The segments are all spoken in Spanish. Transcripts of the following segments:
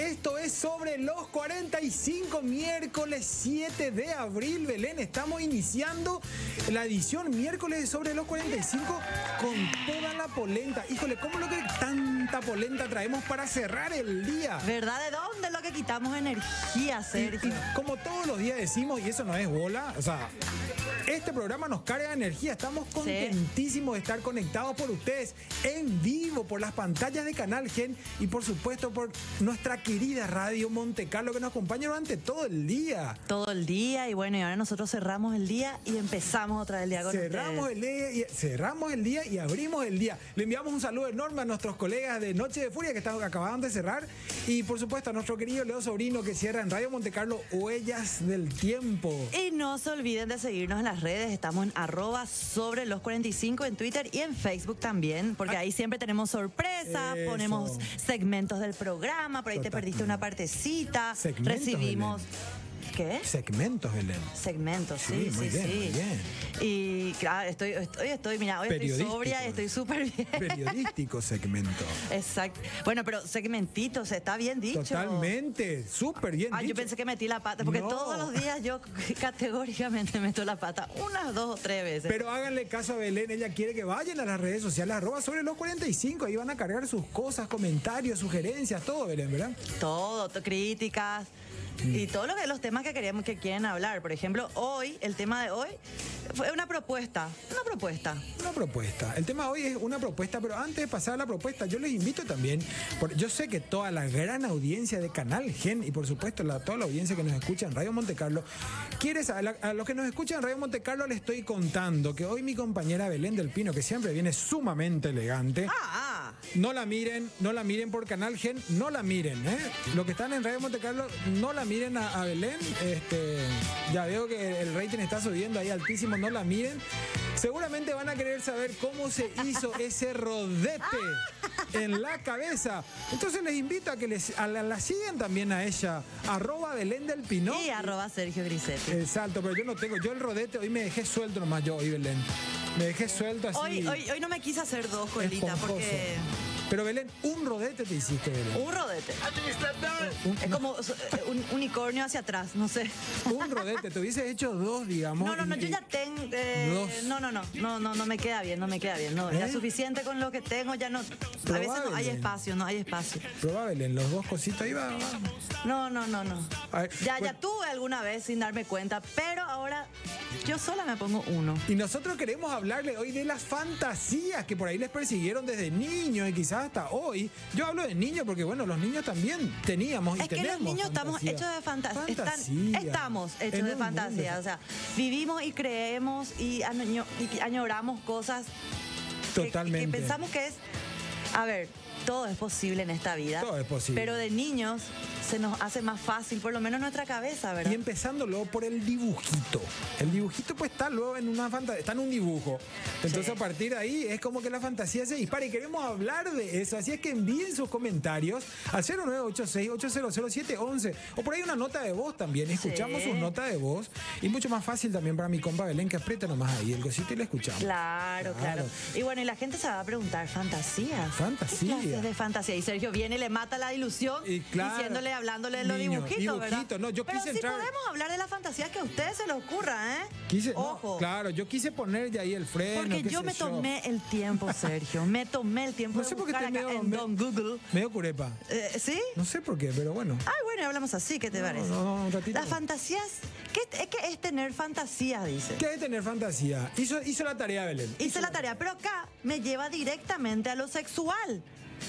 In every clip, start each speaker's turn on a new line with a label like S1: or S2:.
S1: Esto es sobre los 45, miércoles 7 de abril. Belén, estamos iniciando la edición miércoles de sobre los 45 con toda la polenta. Híjole, ¿cómo lo que tanta polenta traemos para cerrar el día?
S2: ¿Verdad? ¿De dónde es lo que quitamos energía, Sergio?
S1: Como todos los días decimos, y eso no es bola, o sea, este programa nos carga de energía. Estamos contentísimos de estar conectados por ustedes en vivo, por las pantallas de Canal Gen y por supuesto por nuestra querida radio Monte Carlo que nos acompaña durante todo el día.
S2: Todo el día y bueno, y ahora nosotros cerramos el día y empezamos otra vez el día con
S1: Cerramos el,
S2: ustedes.
S1: día y, cerramos el día y abrimos el día. Le enviamos un saludo enorme a nuestros colegas de Noche de Furia que están, acababan de cerrar y por supuesto a nuestro querido Leo Sobrino que cierra en Radio Monte Carlo Huellas del Tiempo.
S2: Y no se olviden de seguirnos en las redes, estamos en arroba sobre los 45 en Twitter y en Facebook también, porque ahí siempre tenemos sorpresas,
S1: Ah. Eso.
S2: ponemos segmentos del programa, por ahí te
S1: Total.
S2: perdiste una partecita,
S1: Segmentos,
S2: recibimos... ¿Qué?
S1: Segmentos, Belén.
S2: segmentos, sí,
S1: Sí, muy
S2: sí,
S1: bien,
S2: sí.
S1: muy bien.
S2: Y claro, estoy, estoy, estoy, mira, hoy estoy
S1: Periodístico.
S2: sobria, estoy súper bien.
S1: Periodístico segmento.
S2: Exacto. Bueno, pero segmentitos, está bien dicho.
S1: Totalmente, súper bien.
S2: Ah, yo
S1: dicho.
S2: pensé que metí la pata, porque
S1: No.
S2: todos los días yo categóricamente meto la pata unas dos o tres veces.
S1: Pero háganle caso a Belén, ella quiere que vayan a las redes sociales, arroba sobre los 45, ahí van a cargar sus cosas, comentarios, sugerencias, todo, Belén, ¿verdad?
S2: todo, to- críticas
S1: Mm.
S2: y todos los, los temas que queremos que quieren hablar. Por ejemplo, hoy, el tema de hoy fue una propuesta, una propuesta.
S1: Una propuesta. El tema de hoy es una propuesta, pero antes de pasar a la propuesta, yo les invito también, porque yo sé que toda la gran audiencia de Canal Gen y por supuesto la, toda la audiencia que nos escucha en Radio Monte Carlo, quieres a, la- a los que nos escuchan en Radio Monte Carlo les estoy contando que hoy mi compañera Belén del Pino, que siempre viene sumamente elegante,
S2: Ah, ah.
S1: No la miren, no la miren por Canal Gen, no la miren, ¿eh? Los que están en Radio Monte Carlo, no la miren a, a Belén. Este, ya veo que el rating está subiendo ahí altísimo, no la miren. Seguramente van a querer saber cómo se hizo ese rodete en la cabeza. Entonces les invito a que les, a la, la sigan también a ella, arroba Belén del Pinó.
S2: Y arroba Sergio Grisetti.
S1: Exacto, pero yo no tengo, yo el rodete hoy me dejé suelto nomás yo hoy, Belén. Me dejé suelto así.
S2: Hoy, hoy, hoy no me quise hacer dos, Juelita,
S1: esponjoso.
S2: porque
S1: Pero Belén, un rodete te hiciste, Belén.
S2: un rodete.
S1: Un-
S2: Es como so- eh, un unicornio hacia atrás, no sé.
S1: Un rodete, te hubiese hecho dos, digamos.
S2: No, no, no,
S1: y-
S2: yo ya tengo... eh,
S1: Dos.
S2: no, no, no, no, no, no me queda bien, no me queda bien. No, ya
S1: ¿Eh?
S2: suficiente con lo que tengo, ya no... A veces no hay
S1: Probable.
S2: espacio, no hay espacio.
S1: Probable, en los dos cositos ahí va.
S2: No, no, no, no.
S1: A ver,
S2: Ya,
S1: bueno.
S2: ya tuve alguna vez sin darme cuenta, pero ahora yo sola me pongo uno.
S1: Y nosotros queremos hablarle hoy de las fantasías que por ahí les persiguieron desde niños y quizás hasta hoy. Yo hablo de niños porque, bueno, los niños también teníamos y
S2: Es que los
S1: tenemos
S2: niños estamos
S1: fantasías.
S2: hechos de fantasías.
S1: Fantasías.
S2: estamos hechos
S1: En
S2: de
S1: un mundo.
S2: fantasías. O sea, vivimos y creemos y, año- y añoramos cosas que-
S1: Totalmente.
S2: Que, pensamos que es. A ver, todo es posible en esta vida.
S1: Todo es posible.
S2: Pero de niños se nos hace más fácil, por lo menos nuestra cabeza, ¿verdad?
S1: Y empezando luego por el dibujito. El dibujito pues está luego en una fantasía, está en un dibujo. Entonces
S2: Sí.
S1: a partir de ahí es como que la fantasía se dispara y queremos hablar de eso. Así es que envíen sus comentarios al 0986-800711 o por ahí una nota de voz también. Escuchamos
S2: Sí.
S1: sus notas de voz y mucho más fácil también para mi compa Belén que aprieta nomás ahí el cosito y la escuchamos.
S2: Claro, claro,
S1: Claro.
S2: Y bueno, y la gente se va a preguntar, ¿fantasías?
S1: Fantasía.
S2: ¿Qué clases de fantasía? Y Sergio viene y le mata la ilusión
S1: Y claro,
S2: diciéndole, hablándole de los
S1: niño,
S2: dibujitos,
S1: dibujito,
S2: ¿verdad?
S1: no, yo
S2: Pero
S1: quise
S2: sí
S1: entrar-
S2: podemos hablar de las fantasías que a ustedes se les ocurra, ¿eh?
S1: Quise, no,
S2: Ojo.
S1: claro, yo quise poner ya ahí el freno.
S2: Porque
S1: qué
S2: yo
S1: sé
S2: me tomé el tiempo, Sergio. Me tomé el tiempo
S1: No
S2: de
S1: sé por qué
S2: buscar
S1: te
S2: acá
S1: medio-
S2: en
S1: me-
S2: Don Google.
S1: Medio curepa.
S2: Eh, ¿Sí?
S1: No sé por qué, pero bueno.
S2: Ay, Ah, bueno, hablamos así, ¿qué te parece?
S1: no, no, un ratito.
S2: Las fantasías, ¿qué, es- qué es tener fantasías, dice?
S1: ¿Qué hay de tener fantasía? Hizo, hizo la tarea, Belén.
S2: Hice la tarea, pero acá me lleva directamente a lo sexual,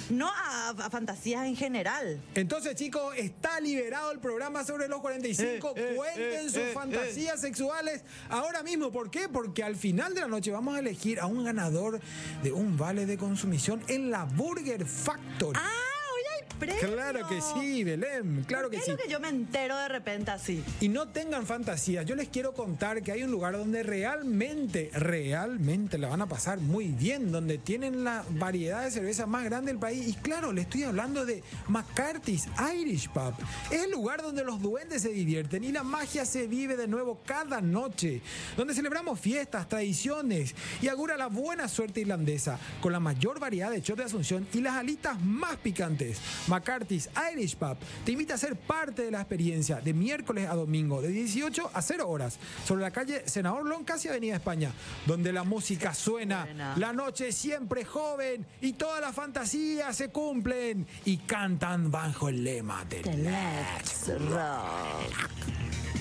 S2: no a, a fantasías en general.
S1: Entonces, chicos, está liberado el programa sobre los 45.
S2: Eh, eh,
S1: Cuenten
S2: eh,
S1: sus
S2: eh,
S1: fantasías sexuales ahora mismo. ¿Por qué? Porque al final de la noche vamos a elegir a un ganador de un vale de consumición en la Burger Factory.
S2: Ah, hoy hay premio.
S1: claro que sí, Belén. Claro
S2: ¿Por
S1: que
S2: qué
S1: sí.
S2: es lo que yo me entero de repente así?
S1: Y no tengan fantasías. Yo les quiero contar que hay un lugar donde realmente, realmente la van a pasar muy bien, donde tienen la variedad de cerveza más grande del país. Y claro, le estoy hablando de McCarthy's Irish Pub. Es el lugar donde los duendes se divierten y la magia se vive de nuevo cada noche, donde celebramos fiestas, tradiciones y augura la buena suerte irlandesa con la mayor variedad de chops de Asunción y las alitas más picantes. McCarthy's Irish Pub te invita a ser parte de la experiencia de miércoles a domingo de 18 a 0 horas sobre la calle Senador Lon, casi Avenida España, donde la música suena,
S2: Buena.
S1: la noche siempre es joven y todas las fantasías se cumplen y cantan bajo el lema del
S2: Let's rock.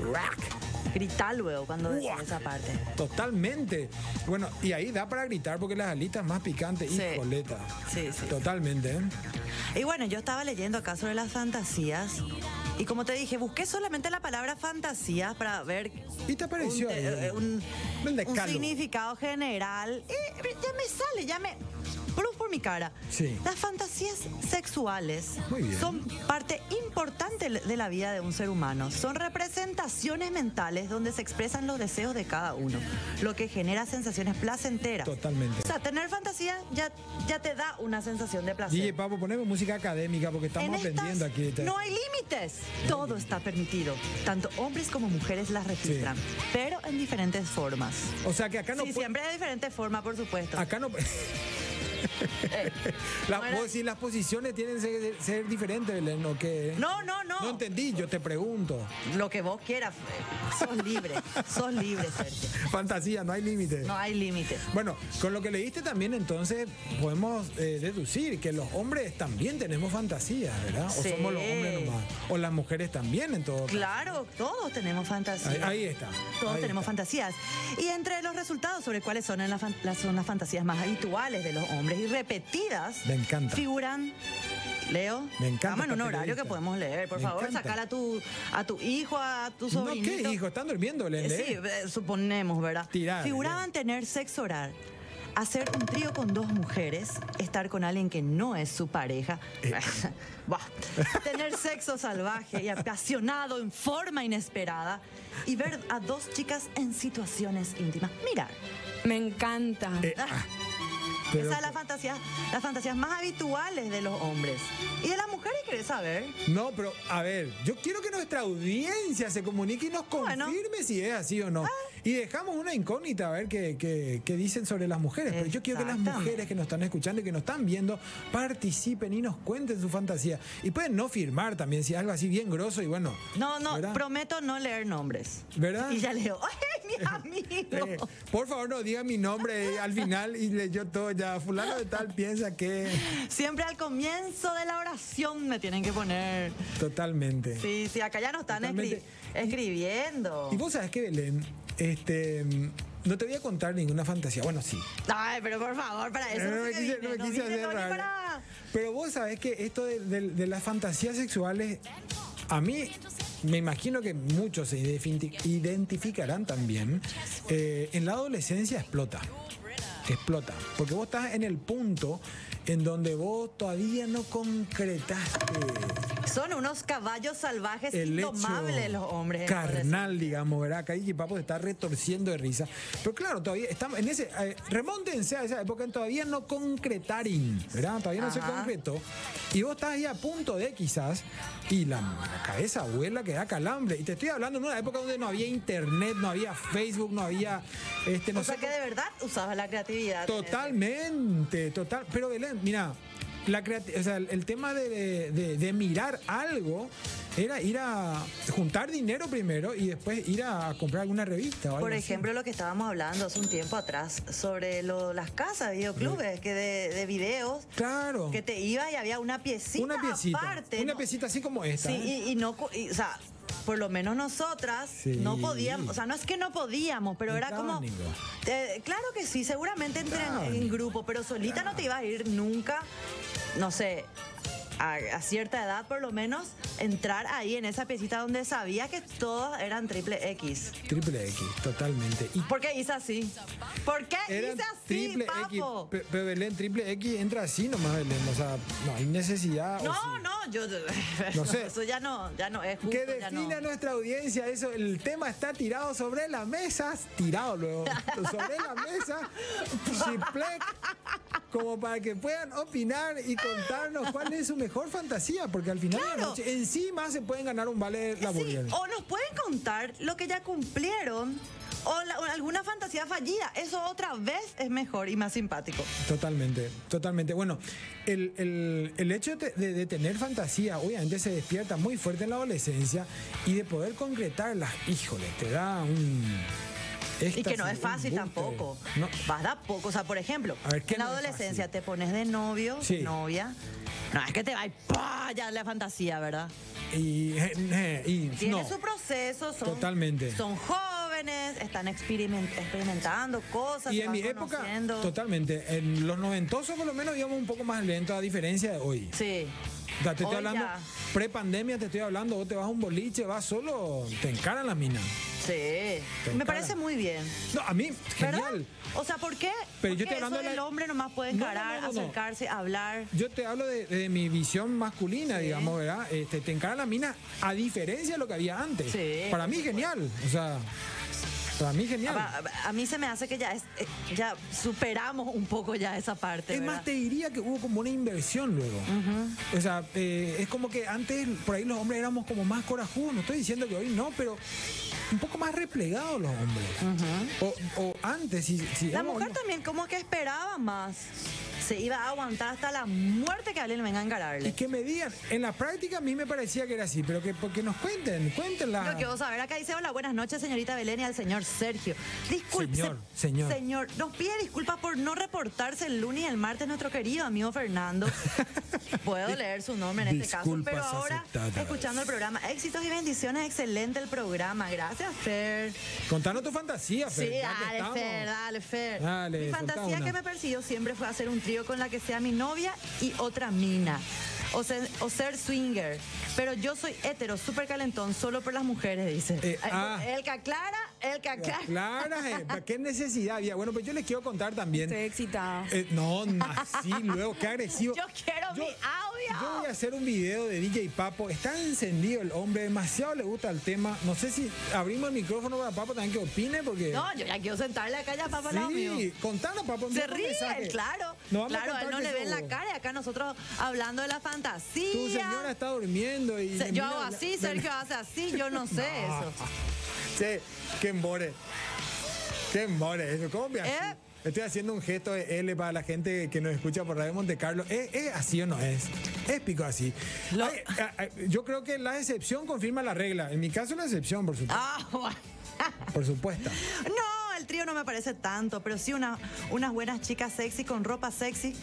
S1: rock.
S2: Grita luego cuando decís
S1: Guau.
S2: esa parte.
S1: Totalmente. Bueno, y ahí da para gritar porque las alitas más picantes,
S2: Sí.
S1: hijoleta.
S2: Sí, sí.
S1: Totalmente, ¿eh?
S2: Y bueno, yo estaba leyendo acá sobre las fantasías. Y como te dije, busqué solamente la palabra fantasía para ver
S1: ¿Y te pareció?
S2: un,
S1: ahí?
S2: eh, un-
S1: Un
S2: un
S1: decálogo.
S2: significado general. Y ya me sale, ya me... Proof por mi cara.
S1: Sí.
S2: Las fantasías sexuales
S1: Muy bien.
S2: son parte importante de la vida de un ser humano. Son representaciones mentales donde se expresan los deseos de cada uno, lo que genera sensaciones placenteras.
S1: Totalmente.
S2: O sea, tener fantasía ya, ya te da una sensación de placer.
S1: DJ Papo, poneme música académica porque
S2: En
S1: estamos
S2: estas
S1: aprendiendo aquí. Te-
S2: No hay límites. Todo está permitido. Tanto hombres como mujeres las registran, pero en diferentes formas.
S1: O sea que acá no
S2: sí,
S1: puede-
S2: siempre de diferentes formas, por supuesto.
S1: Acá no. La-
S2: Eh. no era-
S1: vos decís, las posiciones tienen que ser, ser diferentes, Belén, ¿o qué?
S2: No, no, no.
S1: No entendí, yo te pregunto.
S2: Lo que vos quieras. eh, Sos libre. sos libre, Sergio.
S1: Fantasía, no hay límite.
S2: No hay límite.
S1: Bueno, con lo que leíste también entonces podemos eh, deducir que los hombres también tenemos fantasías, ¿verdad? O
S2: Sí.
S1: somos los hombres nomás. O las mujeres también en todo. caso.
S2: Claro, todos tenemos
S1: Ahí,
S2: fantasías.
S1: ahí está.
S2: Todos
S1: ahí
S2: tenemos
S1: está.
S2: fantasías. Y entre los resultados sobre cuáles son en la fan- las, son las fantasías más habituales de los hombres y repetidas,
S1: Me encanta.
S2: figuran. Leo,
S1: Me encanta
S2: estamos en
S1: esta
S2: un horario
S1: periodista.
S2: que podemos leer. Por
S1: Me
S2: favor,
S1: encanta.
S2: sacar a tu, a tu hijo, a tu
S1: No,
S2: sobrino.
S1: ¿qué hijo? Están durmiendo, Belén.
S2: Sí,
S1: lee.
S2: eh, suponemos, ¿verdad?
S1: Tirar,
S2: Figuraban tener sexo oral. Hacer un trío con dos mujeres, estar con alguien que no es su pareja,
S1: Eh.
S2: Buah. tener sexo salvaje y apasionado en forma inesperada y ver a dos chicas en situaciones íntimas. Mirar,
S3: Me encanta.
S1: Eh, ah, pero-
S2: esas son las fantasías, las fantasías más habituales de los hombres. ¿Y de las mujeres querés saber?
S1: No, pero a ver, yo quiero que nuestra audiencia se comunique y nos confirme
S2: Bueno. Ah.
S1: si es así o no. Y dejamos una incógnita a ver qué, qué- qué dicen sobre las mujeres. Pero yo quiero que las
S2: Exactamente.
S1: mujeres que nos están escuchando y que nos están viendo participen y nos cuenten su fantasía. Y pueden no firmar también, si es algo así bien grosso y bueno.
S2: No, no,
S1: ¿verdad?
S2: prometo no leer nombres.
S1: ¿Verdad?
S2: Y ya leo, ¡ay, mi amigo!
S1: Eh, por favor, no diga mi nombre eh, al final y leyó todo ya. Fulano de tal piensa que
S2: Siempre al comienzo de la oración me tienen que poner.
S1: totalmente.
S2: Sí, sí, acá ya no están escri-
S1: Totalmente.
S2: escribiendo.
S1: Y vos sabes que Belén, este, no te voy a contar ninguna fantasía. Bueno, sí.
S2: Ay, pero por favor, para eso.
S1: No,
S2: no
S1: Eh, me
S2: sé qué
S1: quise,
S2: vine,
S1: no me
S2: no
S1: quise
S2: vine,
S1: hacer
S2: no, ni
S1: raro.
S2: para-
S1: Pero vos sabés que esto de, de- de las fantasías sexuales, a mí me imagino que muchos se idefin- identificarán también. eh, en la adolescencia explota. Explota. Porque vos estás en el punto en donde vos todavía no concretaste
S2: Son unos caballos salvajes
S1: el hecho
S2: indomables los hombres.
S1: carnal, digamos, ¿verdad? Acá y Papo se está retorciendo de risa. Pero claro, todavía estamos en ese. eh, remóntense a esa época en todavía no concretarin, ¿verdad? Todavía no se
S2: Ajá.
S1: concretó. Y vos estás ahí a punto de quizás, y la, la cabeza vuela que da calambre. Y te estoy hablando en una época donde no había internet, no había Facebook, no había. Este, no
S2: O sea
S1: sé
S2: que de verdad usabas la creatividad.
S1: Totalmente, total. Pero Belén, mira, la creati- o sea, el, el tema de, de- de mirar algo era ir a juntar dinero primero y después ir a comprar alguna revista. o algo
S2: Por
S1: así.
S2: ejemplo, lo que estábamos hablando hace un tiempo atrás sobre lo- las casas, videoclubes, que de, de videos,
S1: Claro.
S2: que te iba y había una piecita,
S1: Una piecita.
S2: aparte.
S1: una
S2: ¿no?
S1: piecita así como esta.
S2: Sí,
S1: ¿eh?
S2: y, y no, cu- y, o sea, por lo menos nosotras
S1: Sí.
S2: no podíamos, o sea, no es que no podíamos, pero era
S1: Entraban,
S2: como,
S1: Nico.
S2: eh, claro que sí, seguramente entre en, en grupo, pero solita no te ibas a ir nunca, no sé, a, a cierta edad por lo menos, entrar ahí en esa piecita donde sabía que todas eran triple X.
S1: Triple X, totalmente. Y
S2: ¿Por qué hice así? ¿Por qué
S1: eran
S2: Ah, hice así,
S1: triple X.
S2: papo?
S1: pe- Pero Belén, triple X entra así nomás, Belén. O sea, no hay necesidad. o
S2: No,
S1: sí.
S2: no, yo,
S1: No sé.
S2: eso ya no, ya no es justo,
S1: Que
S2: ya no.
S1: defina nuestra audiencia eso. El tema está tirado sobre la mesa. Tirado luego. Sobre la mesa. Chiplec. Como para que puedan opinar y contarnos cuál es su mejor fantasía. Porque al final de la
S2: Claro.
S1: noche encima se pueden ganar un vale de la
S2: Sí, oh.
S1: burger.
S2: o nos pueden contar lo que ya cumplieron o, la- o alguna fantasía fallida. Eso otra vez es mejor y más simpático.
S1: Totalmente, totalmente. Bueno, el, el- el hecho de, de- de tener fantasía, obviamente se despierta muy fuerte en la adolescencia y de poder concretarla, híjole, te da un...
S2: Y que no
S1: éxtasis,
S2: es
S1: un
S2: fácil
S1: booster.
S2: tampoco.
S1: No,
S2: Vas a poco. O sea, por ejemplo,
S1: A ver, ¿qué
S2: en la
S1: no es
S2: adolescencia
S1: fácil?
S2: te pones de novio,
S1: Sí.
S2: novia. No, es que te va y ¡pah! ya la fantasía, ¿verdad?
S1: y, y-
S2: Tiene
S1: no.
S2: su proceso, son,
S1: Totalmente.
S2: son jóvenes, están experiment- experimentando cosas,
S1: Y
S2: se
S1: en
S2: van
S1: mi época,
S2: conociendo.
S1: totalmente, en los noventosos por lo menos íbamos un poco más lento a diferencia de hoy.
S2: Sí.
S1: O sea, te estoy
S2: Hoy
S1: hablando,
S2: ya.
S1: pre-pandemia te estoy hablando, vos te vas a un boliche, vas solo, te encaran las minas.
S2: Sí.
S1: Con
S2: Me
S1: cara.
S2: parece muy bien.
S1: No, a mí,
S2: ¿Verdad?
S1: genial.
S2: O sea, ¿por qué?
S1: Pero yo
S2: Porque
S1: estoy hablando
S2: eso
S1: de la-
S2: del hombre nomás puede
S1: No, no,
S2: encarar,
S1: no, no, no.
S2: acercarse, hablar.
S1: Yo te hablo de, de mi visión masculina,
S2: Sí.
S1: digamos, ¿verdad? Este, te encara la mina a diferencia de lo que había antes.
S2: Sí,
S1: para mí genial, o sea, para mí genial.
S2: A, a- a mí se me hace que ya es- eh, ya superamos un poco ya esa parte.
S1: es más,
S2: ¿verdad?
S1: te diría que hubo como una inversión luego. O sea, eh, es como que antes por ahí los hombres éramos como más corajudos. No estoy diciendo que hoy no, pero un poco más replegados los hombres. o, o antes, si, si
S2: La
S1: vemos-
S2: mujer también como que esperaba más. Se iba a aguantar hasta la muerte que alguien venga a
S1: Y
S2: encararle.
S1: que me digan, en la práctica a mí me parecía que era así, pero que porque nos cuenten, cuéntenla.
S2: Yo quiero saber, acá dice, hola, buenas noches, señorita Belén y al señor Sergio. Disculpe.
S1: Señor, señor.
S2: Señor, nos pide disculpas por no reportarse el lunes y el martes nuestro querido amigo Fernando. Puedo leer su nombre en este caso,
S1: Disculpas
S2: pero ahora
S1: aceptadas.
S2: escuchando el programa. Éxitos y bendiciones, excelente el programa. Gracias, Fer.
S1: Contanos tu fantasía, Fer,
S2: Sí,
S1: ya que
S2: dale,
S1: estamos.
S2: Fer, dale, Fer.
S1: Dale,
S2: mi
S1: soltá
S2: fantasía
S1: una.
S2: que me persiguió siempre fue hacer un trío con la que sea mi novia y otra mina. O ser, o ser swinger. Pero yo soy hetero, súper calentón, solo por las mujeres, dice.
S1: Eh,
S2: Ay,
S1: ah.
S2: El que aclara, el que aclara.
S1: Clara, eh, ¿para qué necesidad había? Bueno, pues yo les quiero contar también.
S3: Estoy excitada.
S1: Eh, no, así luego, qué agresivo.
S2: Yo quiero mi audio.
S1: Yo voy a hacer un video de DJ Papo. Está encendido el hombre, demasiado le gusta el tema. No sé si abrimos el micrófono para Papo también que opine, porque.
S2: No, yo ya quiero sentarle acá ya, papá, al lado mío.
S1: sí, contando Papo. envía
S2: Se
S1: un
S2: ríe,
S1: mensaje.
S2: claro.
S1: Nos vamos a
S2: claro, a él
S1: contar
S2: no
S1: que
S2: le ven
S1: eso-
S2: la cara y acá nosotros hablando de la fantasía.
S1: Tu señora está durmiendo y.
S2: Se- yo
S1: mira
S2: hago
S1: la-
S2: así, Sergio hace así, yo no sé eso.
S1: Che, qué embore. Qué embore eso. ¿Cómo me
S2: ¿Eh?
S1: Estoy haciendo un gesto de L para la gente que nos escucha por Radio Monte Carlo. ¿Es, es así o no es? Es pico así.
S2: Lo-
S1: Ay, ay, ay, yo creo que la excepción confirma la regla. En mi caso, la excepción, por, supuesto.
S2: Ah, bueno. Ah.
S1: por supuesto.
S2: No, el trío no me parece tanto, pero sí una- unas buenas chicas sexy con ropa sexy.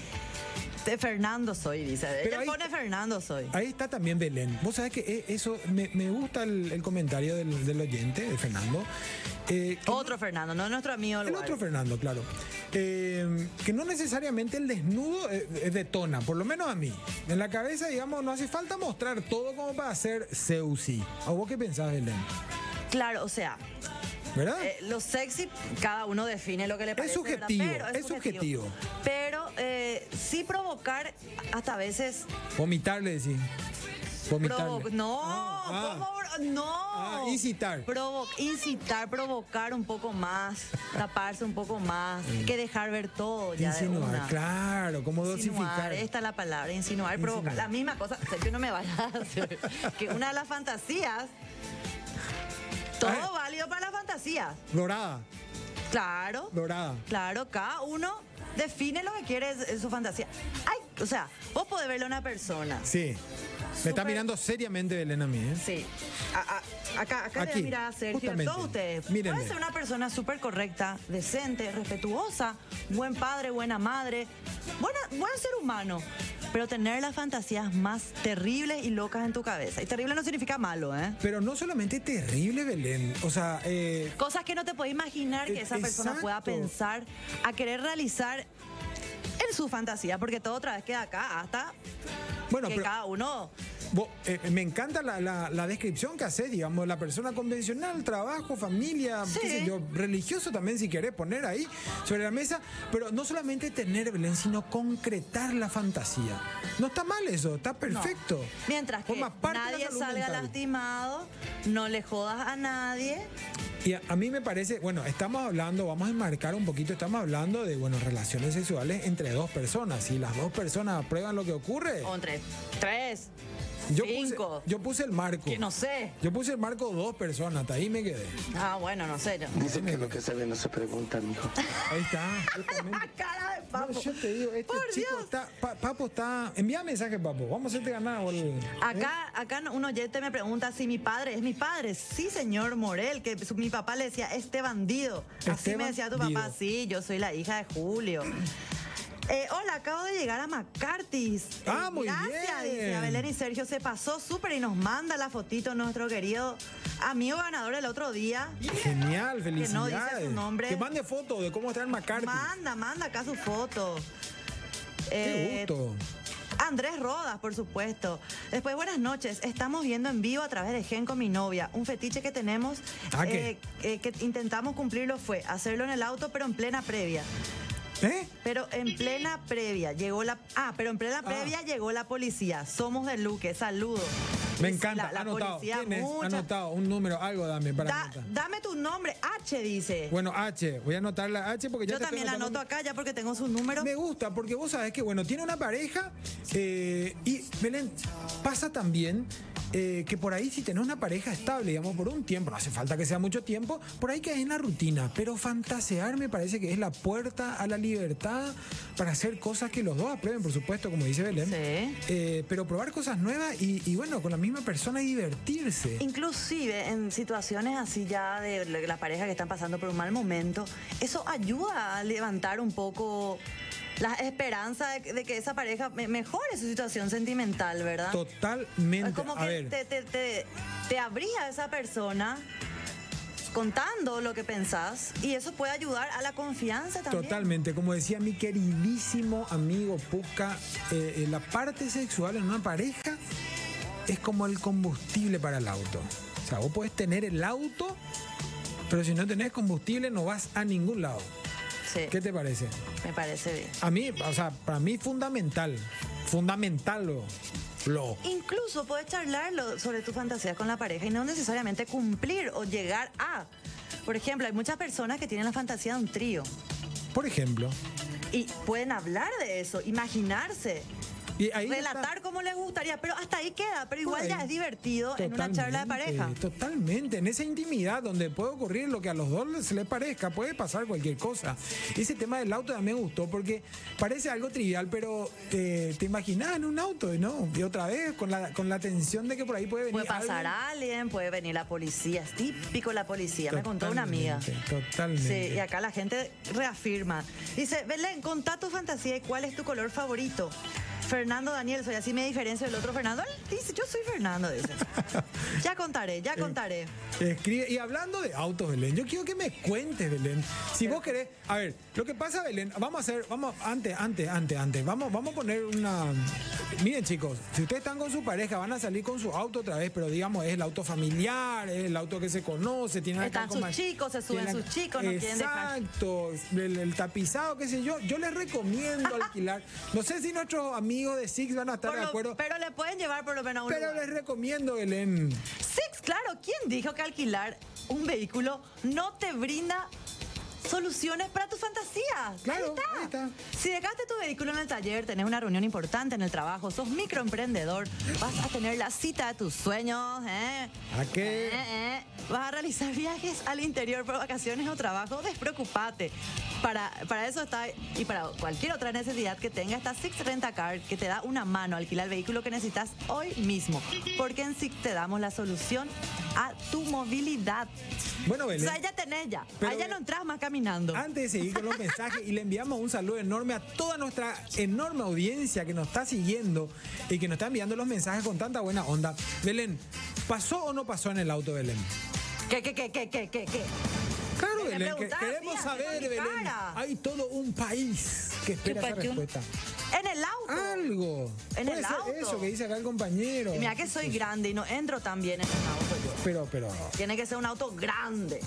S2: De Fernando soy, dice.
S1: Pero
S2: Ella
S1: ahí- Ah,
S2: pone Fernando soy.
S1: Ahí está también Belén. Vos sabés que eh, eso me, me gusta el, el comentario del, del oyente, de Fernando. Eh, que
S2: Otro Fernando, no nuestro amigo.
S1: El
S2: Lugar.
S1: otro Fernando, claro. Eh, que no necesariamente el desnudo eh, eh, detona, por lo menos a mí. En la cabeza, digamos, no hace falta mostrar todo como para hacer Seusi. ¿O vos qué pensás, Belén?
S2: Claro, o sea,
S1: Ah. ¿Verdad?
S2: eh, lo sexy cada uno define lo que le parece. ¿verdad?
S1: subjetivo,
S2: Pero
S1: es subjetivo.
S2: Pero eh, sí provocar hasta a veces.
S1: Vomitarle, decís.
S2: provo-
S1: Vomitarle.
S2: no,
S1: Ah,
S2: ¿cómo
S1: ah.
S2: bro- no.
S1: Ah, incitar.
S2: Provo- incitar, provocar un poco más, taparse un poco más, Hay que dejar ver todo ya de
S1: Mm. Insinuar,
S2: una.
S1: claro, como
S2: Insinuar,
S1: dosificar.
S2: esta es la palabra, insinuar,
S1: Insinuar.
S2: provocar. La misma cosa, Sergio, no me vayas a hacer. Que una de las fantasías, todo
S1: Ah.
S2: válido para las fantasías.
S1: Dorada,
S2: Claro,
S1: dorada.
S2: claro, cada uno define lo que quiere en- en su fantasía. Ay, o sea, vos podés verle a una persona.
S1: Sí. Me está
S2: Súper-
S1: mirando seriamente Belén a mí, ¿eh?
S2: Sí. A- a- acá acá
S1: Aquí,
S2: le mira a Sergio,
S1: justamente.
S2: a todos ustedes.
S1: Mírenle.
S2: Puede ser una persona súper correcta, decente, respetuosa, buen padre, buena madre, buena, buen ser humano. Pero tener las fantasías más terribles y locas en tu cabeza. Y terrible no significa malo, ¿eh?
S1: Pero no solamente terrible, Belén. O sea, eh,
S2: Cosas que no te puedes imaginar que
S1: E-
S2: esa persona pueda
S1: exacto.
S2: pensar, a querer realizar en su fantasía, porque todo otra vez queda acá hasta
S1: bueno,
S2: que
S1: pero.
S2: cada uno
S1: Vos, eh, me encanta la, la- la descripción que haces, digamos, la persona convencional, trabajo, familia,
S2: Sí.
S1: qué sé yo, religioso también, si querés poner ahí sobre la mesa, pero no solamente tener Belén, sino concretar la fantasía. No está mal eso, está
S2: No.
S1: perfecto.
S2: Mientras que
S1: Forma parte de la
S2: nadie
S1: salud
S2: salga
S1: mental.
S2: lastimado, no le jodas a nadie.
S1: Y a, a mí me parece, bueno, estamos hablando, vamos a enmarcar un poquito, estamos hablando de, bueno, relaciones sexuales entre dos personas. Si las dos personas aprueban lo que ocurre,
S2: O entre tres,
S1: Yo
S2: Cinco.
S1: Puse, yo puse el marco.
S2: Que no sé.
S1: Yo puse el marco dos personas, hasta ahí me quedé.
S2: Ah, bueno, no sé. yo-
S3: Dicen que lo que sabe no se pregunta, mijo.
S1: Ahí está, justamente.
S2: Cara de
S1: No,
S2: papo.
S1: yo te digo, este
S2: Por
S1: chico
S2: Dios.
S1: está. Pa- papo está. Envía mensaje, Papo. Vamos a hacerte ganar, boludo.
S2: Acá, acá no- un oyente me pregunta si mi padre es mi padre. Sí, señor Morel, que su- mi papá le decía, este bandido. Así
S1: Este
S2: me decía tu
S1: bandido.
S2: papá, sí, yo soy la hija de Julio. Eh, hola, acabo de llegar a McCarthy's. Eh,
S1: Ah, muy
S2: Gracias,
S1: bien.
S2: dice a Belén y Sergio. Se pasó súper y nos manda la fotito nuestro querido amigo ganador el otro día.
S1: Genial, felicidades.
S2: no dice su nombre.
S1: Que mande fotos de cómo está el McCarthy.
S2: Manda, manda acá su foto.
S1: Qué
S2: Eh,
S1: gusto.
S2: Andrés Rodas, por supuesto. Después, buenas noches. Estamos viendo en vivo a través de Gen con mi novia. Un fetiche que tenemos
S1: Ah, ¿qué?
S2: eh, que intentamos cumplirlo fue hacerlo en el auto, pero en plena previa.
S1: ¿Eh?
S2: Pero en plena previa llegó la. Ah, pero en plena previa llegó la policía. Somos de Luque, saludos.
S1: Me
S2: Y
S1: encanta.
S2: La, la
S1: Anotado.
S2: policía,
S1: ¿Quién es?
S2: mucha-
S1: Anotado. Un número, algo dame para
S2: Da-
S1: anotar.
S2: dame tu nombre, H, dice.
S1: Bueno, H. Voy a anotar la H porque ya
S2: Yo
S1: te estoy
S2: también la
S1: anotando.
S2: anoto acá ya porque tengo su número.
S1: Me gusta porque vos sabés que, bueno, tiene una pareja eh, y, Belén, pasa también eh, que por ahí si tenés una pareja estable, digamos, por un tiempo, no hace falta que sea mucho tiempo, por ahí caes en la rutina, pero fantasear me parece que es la puerta a la libertad para hacer cosas que los dos aprueben, por supuesto, como dice Belén,
S2: Sí.
S1: Eh, pero probar cosas nuevas y, y, bueno, con la misma persona y divertirse.
S2: Inclusive en situaciones así ya de la- las parejas que están pasando por un mal momento, eso ayuda a levantar un poco la esperanza de, que- de que esa pareja me- mejore su situación sentimental, ¿verdad?
S1: Totalmente.
S2: Es como
S1: a
S2: que
S1: ver.
S2: te, te, te, te abrís a esa persona contando lo que pensás y eso puede ayudar a la confianza también.
S1: Totalmente, como decía mi queridísimo amigo Puska, eh, eh, la parte sexual en una pareja es como el combustible para el auto. O sea, vos podés tener el auto, pero si no tenés combustible no vas a ningún lado.
S2: Sí,
S1: ¿Qué te parece?
S2: me parece bien.
S1: A mí, o sea, para mí fundamental, fundamental lo. lo.
S2: Incluso puedes charlarlo sobre tus fantasías con la pareja y no necesariamente cumplir o llegar a. Por ejemplo, hay muchas personas que tienen la fantasía de un trío
S1: Por ejemplo.
S2: y pueden hablar de eso, imaginarse,
S1: Y ahí está-
S2: relatar cómo les gustaría, pero hasta ahí queda, pero
S1: Por
S2: igual ya
S1: ahí.
S2: es divertido en una charla de
S1: Totalmente,
S2: pareja.
S1: Totalmente, en esa intimidad donde puede ocurrir lo que a los dos les, les parezca, puede pasar cualquier cosa. Ese tema del auto también me gustó porque parece algo trivial, pero eh, te imaginas en un auto, y ¿no? Y otra vez, con la, con la tensión de que por ahí puede venir.
S2: Puede pasar
S1: algo.
S2: alguien, puede venir la policía, es típico la policía, me contó una amiga.
S1: Totalmente, Totalmente.
S2: Sí, y acá la gente reafirma. Dice, Belén, contá tu fantasía y cuál es tu color favorito. Fernando Daniel, soy así, me diferencio del otro Fernando. Él dice, yo soy Fernando, dice. ya contaré, ya contaré.
S1: Escribe, y hablando de autos, Belén, yo quiero que me cuentes, Belén. Si vos querés, a ver, lo que pasa, Belén, vamos a hacer, vamos, antes, antes, antes, antes, vamos, vamos a poner una. Miren, chicos, si ustedes están con su pareja, van a salir con su auto otra vez, pero digamos, es el auto familiar, es el auto que se conoce, tiene la
S2: Están sus
S1: calcomanía-
S2: chicos, se suben
S1: tiene la-
S2: sus chicos, no quieren dejar.
S1: Exacto, el, el tapizado, qué sé yo. Yo les recomiendo alquilar. No sé si nuestros amigos de Six van a estar
S2: Por
S1: de
S2: lo-
S1: acuerdo,
S2: pero le pueden llevar por lo menos a un
S1: pero
S2: lugar.
S1: les recomiendo, Belén.
S2: Six, claro, ¿quién dijo que alquilar un vehículo no te brinda soluciones para tus fantasías?
S1: Claro, ahí está.
S2: Si dejaste tu vehículo en el taller, tenés una reunión importante en el trabajo, sos microemprendedor, vas a tener la cita de tus sueños, ¿eh?
S1: ¿A qué?
S2: Eh, eh. Vas a realizar viajes al interior por vacaciones o trabajo, despreocupate. Para, para eso está, y para cualquier otra necesidad que tengas, está Six Rentacar, que te da una mano. Alquila el vehículo que necesitas hoy mismo, porque en Six te damos la solución a tu movilidad.
S1: Bueno,
S2: O
S1: Belén.
S2: sea, ya tenés ya.
S1: Pero,
S2: Allá no entras más caminando.
S1: Antes de seguir con los mensajes y le enviamos un saludo enorme a toda nuestra enorme audiencia que nos está siguiendo y que nos está enviando los mensajes con tanta buena onda. Belén, ¿pasó o no pasó en el auto Belén?
S2: ¿Qué, qué, qué, qué, qué, qué, qué?
S1: Claro,
S2: Me
S1: Belén, que-
S2: preguntás,
S1: queremos
S2: tía,
S1: saber,
S2: que
S1: Belén.
S2: con mi cara.
S1: Hay todo un país que espera esa
S2: Chupachum.
S1: respuesta.
S2: En el auto.
S1: Ah, Algo.
S2: En
S1: Puede
S2: el
S1: ser
S2: auto.
S1: Eso que dice acá el compañero.
S2: Y Mira que soy grande y no entro tan bien en un auto yo.
S1: Pero, pero.
S2: Tiene que ser un auto grande,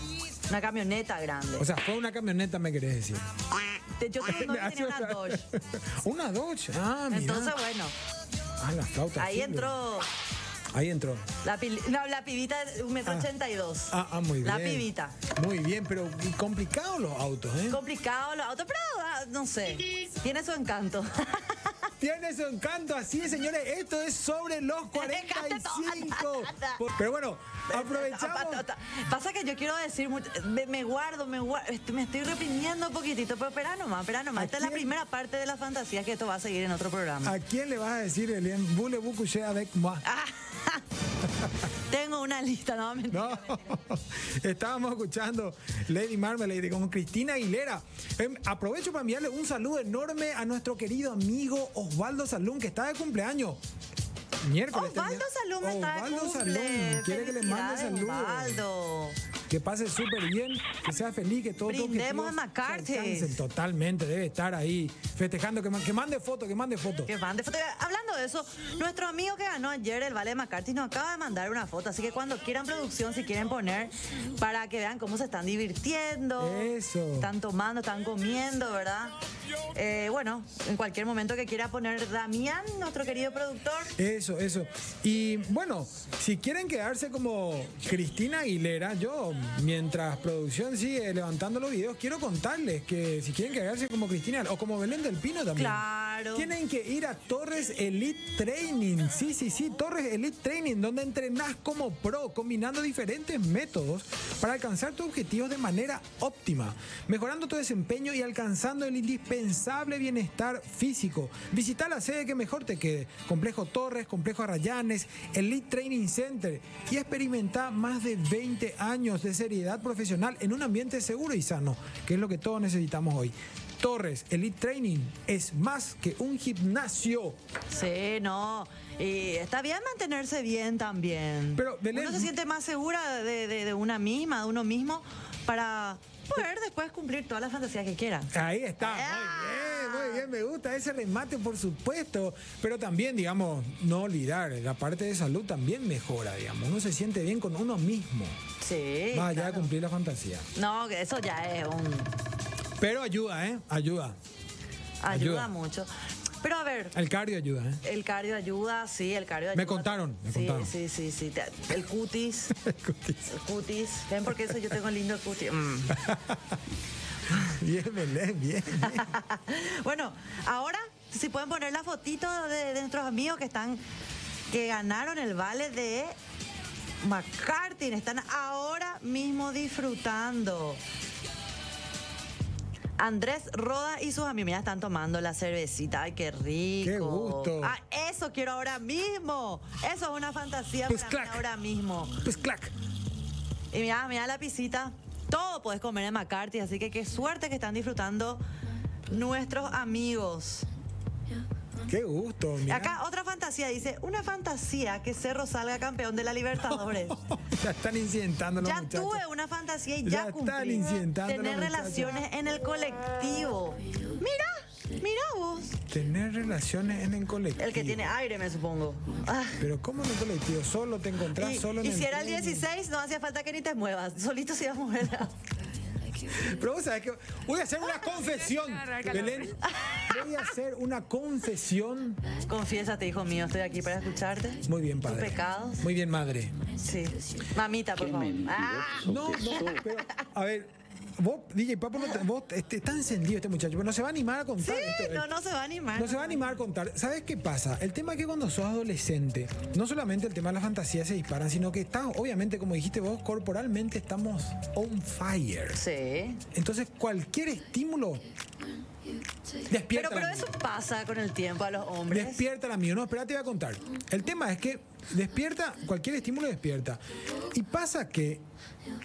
S2: una camioneta grande.
S1: O sea, fue una camioneta, me querés decir.
S2: Ah, Te- yo tengo un novio que tenía una Dodge.
S1: una Dodge. Ah, mira.
S2: Entonces, bueno,
S1: ah, la flauta.
S2: ahí
S1: sí,
S2: entró
S1: Ahí entró.
S2: la, pil- no, la pibita de un metro
S1: Ah.
S2: ochenta y dos.
S1: Ah, ah, muy bien.
S2: La pibita.
S1: Muy bien, pero complicados los autos, ¿eh?
S2: Complicado los autos, pero ah, no sé, tiene su encanto.
S1: Tiene su encanto, así es, señores. Esto es sobre los 45. Pero bueno, aprovechamos.
S2: Pasa que yo quiero decir, mucho- me, me guardo, me guardo, me estoy reprimiendo un poquitito, pero espera nomás, espera nomás.
S1: ¿A
S2: Esta es la
S1: quién?
S2: primera parte de la fantasía que esto va a seguir en otro programa.
S1: ¿A quién le vas a decir, Elian? Boule boucouché avec moi.
S2: Ah. Tengo una lista, no, mentira.
S1: No, estábamos escuchando Lady Marmalade con Cristina Aguilera. Em, aprovecho para enviarle un saludo enorme a nuestro querido amigo Osvaldo Salum, que está de cumpleaños. Miércoles.
S2: Osvaldo
S1: tenía- Oh,
S2: Salum está de
S1: Osvaldo
S2: cumple.
S1: Salum, quiere que le mande
S2: Felicidades,
S1: saludos.
S2: Osvaldo.
S1: Que pase súper bien, que sea feliz, que todos tus
S2: Brindemos
S1: objetivos
S2: a McCarthy.
S1: se alcancen. Totalmente, debe estar ahí festejando, que, ma- que mande foto, que mande foto.
S2: Que mande foto. Hablando de eso, nuestro amigo que ganó ayer el Vale McCarthy nos acaba de mandar una foto. Así que cuando quieran producción, si quieren poner, para que vean cómo se están divirtiendo.
S1: Eso.
S2: Están tomando, están comiendo, ¿verdad? Eh, bueno, en cualquier momento que quiera poner Damián, nuestro querido productor.
S1: Eso, eso. Y bueno, si quieren quedarse como Cristina Aguilera, yo mientras producción sigue levantando los videos, quiero contarles que si quieren quedarse como Cristina o como Belén del Pino también.
S2: Claro.
S1: Tienen que ir a Torres Elite Training. Sí, sí, sí, Torres Elite Training, donde entrenás como pro, combinando diferentes métodos para alcanzar tus objetivos de manera óptima, mejorando tu desempeño y alcanzando el indispensable bienestar físico. Visita la sede que mejor te quede, Complejo Torres, Complejo Arrayanes, Elite Training Center y experimenta más de 20 años de seriedad profesional en un ambiente seguro y sano, que es lo que todos necesitamos hoy. Torres Elite Training es más que un gimnasio.
S2: Sí, no. Y está bien mantenerse bien también.
S1: Pero, Belén-
S2: Uno se siente más segura de, de- de una misma, de uno mismo, para poder después cumplir todas las fantasías que quiera.
S1: Ahí está.
S2: ¡Ah!
S1: Muy bien, muy bien. Me gusta ese remate, por supuesto. Pero también, digamos, no olvidar, la parte de salud también mejora, digamos. Uno se siente bien con uno mismo.
S2: Sí.
S1: más allá de
S2: claro.
S1: cumplir la fantasía.
S2: No, que eso ya es un.
S1: Pero ayuda, ¿eh? Ayuda.
S2: Ayuda,
S1: Ayuda.
S2: mucho. Pero a ver.
S1: El cardio ayuda, ¿eh?
S2: El cardio ayuda, sí, el cardio ayuda.
S1: Me contaron, me
S2: sí,
S1: contaron.
S2: Sí, sí, sí. te- El cutis, el cutis. ¿Ven por qué eso yo tengo lindo cutis? Mm.
S1: bien, Belén, bien.
S2: bueno, ahora si pueden poner la fotito de, de nuestros amigos que están que ganaron el vale de McCarthy, están ahora mismo disfrutando. Andrés Roda y sus amigos ya están tomando la cervecita. Ay, qué rico.
S1: Qué gusto.
S2: Ah, eso quiero ahora mismo. Eso es una fantasía
S1: Pues
S2: para
S1: clac.
S2: mí ahora mismo.
S1: Pues clac.
S2: Y mira, mira la pisita. Todo podés comer en McCarthy, así que qué suerte que están disfrutando nuestros amigos.
S1: Qué gusto. mirá.
S2: Acá otra fantasía dice, una fantasía que Cerro salga campeón de la Libertadores.
S1: ya están incidentando los
S2: ya
S1: muchachos.
S2: tuve una fantasía y
S1: Ya
S2: ya,
S1: están
S2: cumplí.
S1: incidentando los
S2: Tener
S1: muchachos.
S2: relaciones en el colectivo. Mira, mira vos.
S1: Tener relaciones en el colectivo.
S2: El que tiene aire, me supongo. Ah.
S1: Pero ¿cómo en el colectivo? Solo te encontrás,
S2: Y,
S1: solo en
S2: y si era el
S1: tren.
S2: 16, no hacía falta que ni te muevas. Solito se iba a mover.
S1: Pero vos sabés que voy a hacer una confesión, Belén. Voy a hacer una confesión.
S2: Confiésate, hijo mío, estoy aquí para escucharte.
S1: Muy bien, padre.
S2: Tus pecados.
S1: Muy bien, madre.
S2: Sí. Mamita, por
S3: Qué
S2: favor. Ah,
S3: mentiroso
S1: No,
S3: que
S1: no,
S3: soy.
S1: pero, a ver, vos, DJ Papo, no te- vos este, está encendido este muchacho, pero no se va a animar a
S2: sí,
S1: contar esto. eh.
S2: no, no se va a animar.
S1: No se va a animar a contar. ¿Sabes qué pasa? El tema es que cuando sos adolescente, no solamente el tema de las fantasías se disparan, sino que estás, obviamente, como dijiste vos, corporalmente estamos on fire.
S2: Sí.
S1: Entonces, cualquier estímulo despierta.
S2: Pero, pero
S1: la
S2: eso pasa con el tiempo a los hombres.
S1: Despierta la mía. No, espera, te voy a contar. El tema es que despierta, cualquier estímulo despierta. Y pasa que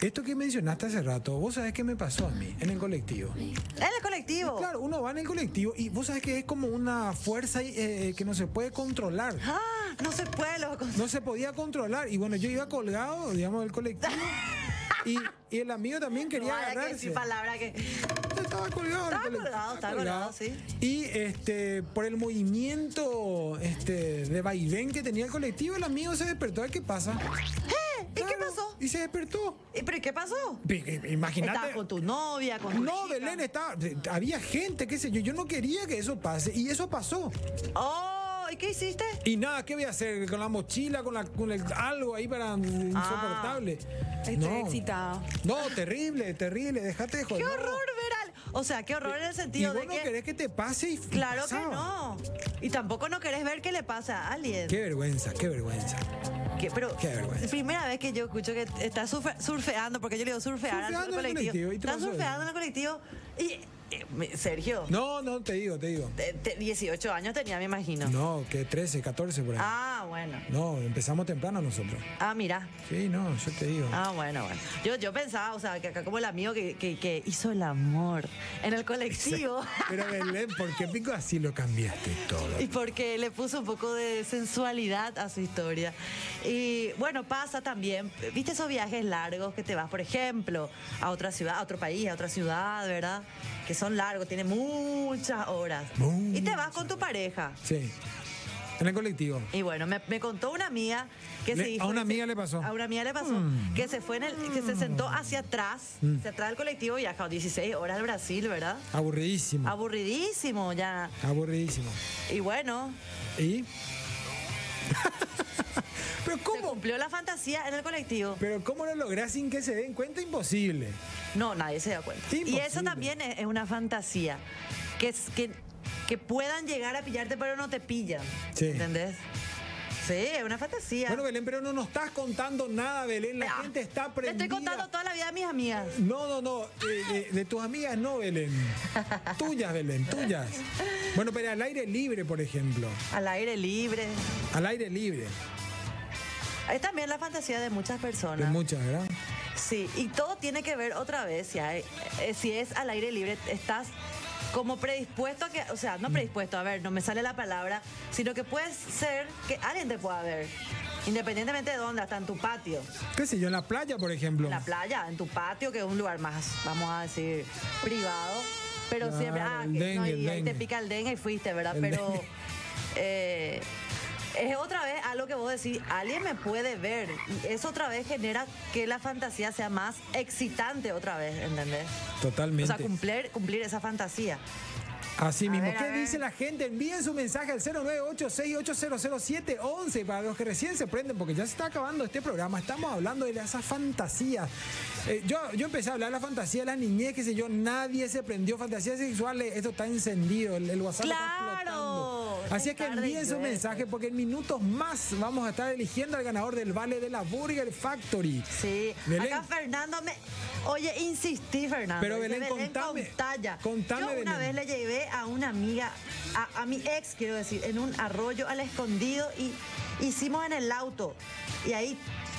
S1: esto que mencionaste hace rato, vos sabés que me pasó a mí en el colectivo.
S2: En el colectivo.
S1: Claro, uno va en el colectivo y vos sabés que es como una fuerza eh, que no se puede controlar.
S2: Ah, no se puede, loco.
S1: No se podía controlar. Y bueno, yo iba colgado, digamos, del colectivo. Y, y el amigo también quería
S2: Vaya que
S1: agarrarse.
S2: sí, palabra que.
S1: Yo Estaba colgado.
S2: Estaba
S1: el cole-
S2: colgado, estaba colgado, sí.
S1: Y este, por el movimiento este, de vaivén que tenía el colectivo, el amigo se despertó. ¿Qué pasa?
S2: ¿Y qué pasó?
S1: Y se despertó.
S2: ¿Y pero qué pasó?
S1: Pi- i- Imagínate.
S2: Estabas con tu novia, con tu
S1: No,
S2: chica.
S1: Belén, estaba, había gente, qué sé yo. Yo no quería que eso pase. Y eso pasó.
S2: Oh, ¿y qué hiciste?
S1: Y nada, ¿qué voy a hacer? Con la mochila, con, la, con el- algo ahí
S2: Ah,
S1: para insoportable.
S4: Estoy
S1: no.
S4: excitada.
S1: No, terrible, terrible. Déjate de joder.
S2: ¡Qué
S1: no.
S2: horror ver al. O sea, qué horror en el
S1: Y
S2: sentido
S1: vos
S2: de
S1: no
S2: que.
S1: querés que te pase y
S2: Claro que
S1: pasaba.
S2: no. Y tampoco no querés ver qué le pasa a alguien.
S1: Qué vergüenza, qué vergüenza.
S2: Que- pero
S1: Qué vergüenza.
S2: primera vez que yo escucho que está surfe- surfeando, porque yo le digo surfear al
S1: Surfeando en el
S2: colectivo.
S1: colectivo, y te
S2: Está
S1: pasó eso.
S2: surfeando en el colectivo. Y, eh, me- Sergio,
S1: No, no, te digo, te digo.
S2: te- te- 18 años tenía, me imagino.
S1: No, que 13, 14 por ahí.
S2: Ah, bueno.
S1: No, empezamos temprano nosotros.
S2: Ah, mira.
S1: Sí, no, yo te digo.
S2: Ah, bueno, bueno. Yo, yo pensaba, o sea, que acá como el amigo que, que- que hizo el amor en el colectivo.
S1: Pero Belén, ¿por qué pico así lo cambiaste todo?
S2: Y porque le puso un poco de sensualidad a su historia. Y bueno, pasa también, viste esos viajes largos que te vas, por ejemplo, a otra ciudad, a otro país, a otra ciudad, ¿verdad? Que son largos, tienen muchas horas.
S1: Muchas
S2: Y te vas con tu pareja.
S1: Sí. En el colectivo.
S2: Y bueno, me, me contó una amiga que
S1: Le-
S2: se dijo
S1: a una
S2: que se-
S1: amiga le pasó. Mm.
S2: A una amiga le pasó. Que se fue en el, que se sentó hacia atrás, hacia atrás del colectivo, viajado 16 horas al Brasil, ¿verdad?
S1: Aburridísimo.
S2: Aburridísimo ya.
S1: Aburridísimo.
S2: Y bueno,
S1: ¿Y? Pero
S2: se
S1: ¿cómo?
S2: cumplió la fantasía en el colectivo.
S1: Pero ¿cómo lo lográs sin que se den cuenta? Imposible.
S2: No, nadie se da cuenta. Y
S1: Imposible.
S2: eso también es, es una fantasía. Que, es, que, que puedan llegar a pillarte, pero no te pillan.
S1: Sí.
S2: ¿Entendés? Sí, es una fantasía.
S1: Bueno, Belén, pero no nos estás contando nada, Belén. La
S2: Ah,
S1: gente está
S2: Te
S1: prendida.
S2: estoy contando toda la vida de mis amigas.
S1: No, no, no. eh, de, de tus amigas no, Belén. Tuyas, Belén, tuyas. Bueno, pero al aire libre, por ejemplo.
S2: Al aire libre.
S1: Al aire libre.
S2: Es también la fantasía de muchas
S1: De
S2: personas.
S1: muchas, ¿verdad?
S2: Sí, y todo tiene que ver otra vez, si, hay- eh, si es al aire libre, estás como predispuesto a que, o sea, no predispuesto, a ver, no me sale la palabra, sino que puedes ser que alguien te pueda ver, independientemente de dónde, hasta en tu patio,
S1: ¿Qué sé yo? En la playa, por ejemplo.
S2: en la playa, en tu patio, que es un lugar más, vamos a decir, privado, pero
S1: Claro,
S2: siempre, ah,
S1: el
S2: que no,
S1: dengue,
S2: y
S1: el
S2: ahí te
S1: dengue.
S2: pica el dengue y fuiste, ¿verdad?
S1: El
S2: pero
S1: dengue.
S2: eh, es otra vez algo que vos decís, alguien me puede ver. Y eso otra vez genera que la fantasía sea más excitante otra vez, ¿entendés? O
S1: Totalmente.
S2: sea, cumplir, cumplir esa fantasía.
S1: Así mismo.
S2: ver, a
S1: ¿Qué
S2: ver.
S1: dice la gente? Envíen su mensaje al 0986800711 para los que recién se prenden, porque ya se está acabando este programa. Estamos hablando de esas fantasías. Eh, yo, yo empecé a hablar de la fantasía de la niñez, qué sé yo, nadie se prendió fantasías sexuales. Esto está encendido, el, el WhatsApp
S2: ¡Claro!
S1: está explotando. Así es que
S2: Tarde
S1: envíen
S2: y
S1: su
S2: llueve.
S1: mensaje, porque en minutos más vamos a estar eligiendo al ganador del vale de la Burger Factory.
S2: Sí.
S1: Belén.
S2: Acá Fernando me. Oye, insistí, Fernando.
S1: Pero,
S2: Dice,
S1: Belén, contame,
S2: contalla".
S1: contame,
S2: Yo una
S1: Belén.
S2: vez le llevé a una amiga, a, a mi ex, quiero decir, en un arroyo al escondido y hicimos en el auto. Y ahí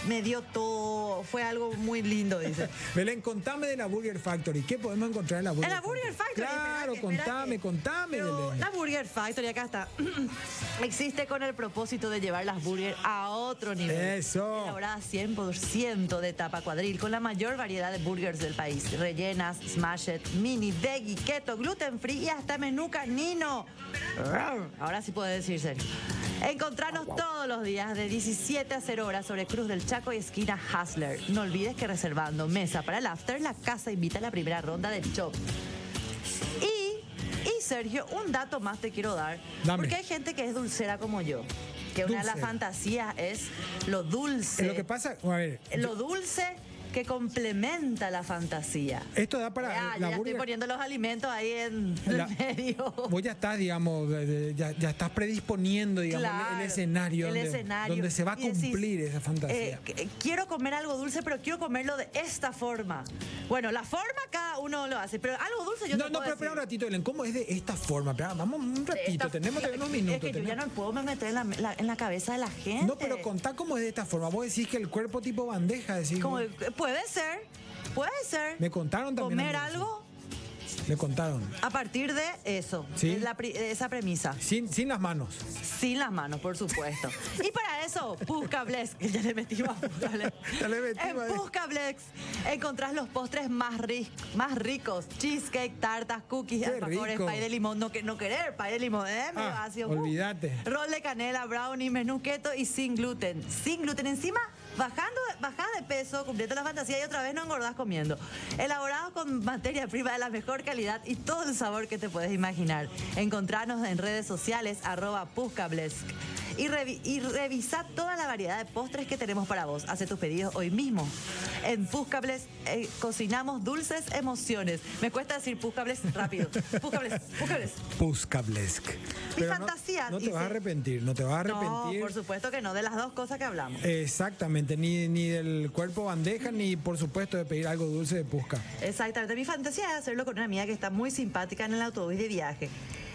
S2: me dio todo. Fue algo muy lindo, dice.
S1: Belén, contame de la Burger Factory. ¿Qué podemos encontrar en la Burger
S2: En la Burger Factory.
S1: Claro,
S2: espérate,
S1: contame,
S2: espérate.
S1: contame,
S2: Pero
S1: Belén.
S2: La Burger Factory, acá está. Existe con el propósito de llevar las burgers a otro nivel.
S1: Eso.
S2: Elaborada 100% de tapa cuadril, con la mayor variedad de burgers del país. Rellenas, smashed, mini, veggie, keto, gluten free y hasta menú canino. Rar. Ahora sí puedo decir serio. Encontrarnos todos los días de 17 a 0 horas sobre Cruz del Chaco y esquina Hustler. No olvides que reservando mesa para el after, la casa invita a la primera ronda del shop. Y, y Sergio, un dato más te quiero dar.
S1: Dame.
S2: Porque hay gente que es dulcera como yo. Que una de las
S1: Dulcera.
S2: fantasías es lo dulce.
S1: Eh, Lo que pasa, a ver,
S2: Eh, Lo dulce que complementa la fantasía.
S1: esto da para
S2: Ya,
S1: eh,
S2: yo
S1: la
S2: ya estoy
S1: burger-
S2: poniendo los alimentos ahí en en
S1: La-
S2: medio.
S1: Vos ya estás, digamos, de- de- ya, ya estás predisponiendo, digamos, el- el,
S2: Claro,
S1: escenario,
S2: el
S1: donde,
S2: escenario.
S1: donde se va a
S2: Y decís,
S1: cumplir esa fantasía.
S2: Eh, qu- quiero comer algo dulce, pero quiero comerlo de esta forma. Bueno, la forma cada uno lo hace, pero algo dulce yo
S1: no,
S2: te
S1: no,
S2: puedo
S1: pero espera un
S2: decir.
S1: ratito, Belén, ¿cómo es de esta forma? Espera, vamos un
S2: De
S1: ratito,
S2: esta-
S1: tenemos que unos
S2: Es
S1: minutos.
S2: que yo ya
S1: tenemos-
S2: no Este. puedo me meter en la, la- en la cabeza de la gente.
S1: No, pero contá cómo es de esta forma. Vos decís que el cuerpo tipo bandeja, decís.
S2: Como-
S1: vos-
S2: puede ser, puede ser.
S1: Me contaron también
S2: Comer
S1: a mí eso.
S2: algo
S1: Me contaron.
S2: a partir de eso,
S1: Sí.
S2: de la pri- de esa premisa.
S1: Sin, sin las manos.
S2: Sin las manos, por supuesto. y para eso, Buscablex, que ya le metimos a Buscablex.
S1: Ya le metimos ahí.
S2: En Buscablex encontrás los postres más, ri- más ricos. Cheesecake, tartas, cookies,
S1: Qué
S2: alfajores,
S1: rico.
S2: pay de limón. No, que, no querer, pay de limón. Eh, medio
S1: Ah,
S2: ácido. Uh.
S1: olvídate.
S2: Rol de canela, brownie, menú keto y sin gluten. Sin gluten encima, bajando, bajás de peso, cumpliendo la fantasía y otra vez no engordás comiendo. Elaborados con materia prima de la mejor calidad y todo el sabor que te puedes imaginar. Encontrarnos en redes sociales, arroba Puskablesk. y, revi- y revisa toda la variedad de postres que tenemos para vos. Hace tus pedidos hoy mismo. En Puscables eh, cocinamos dulces emociones. Me cuesta decir Puscables rápido. Puscables, Puscables.
S1: Puscablesk. Pero no-
S2: fantasía,
S1: No, te
S2: dice.
S1: vas a arrepentir, no te vas a
S2: No,
S1: arrepentir.
S2: por supuesto que no, de las dos cosas que hablamos.
S1: Exactamente, ni, ni del cuerpo bandeja, ni por supuesto de pedir algo dulce de Pusca.
S2: Exactamente. Mi fantasía es hacerlo con una amiga que está muy simpática en el autobús de viaje.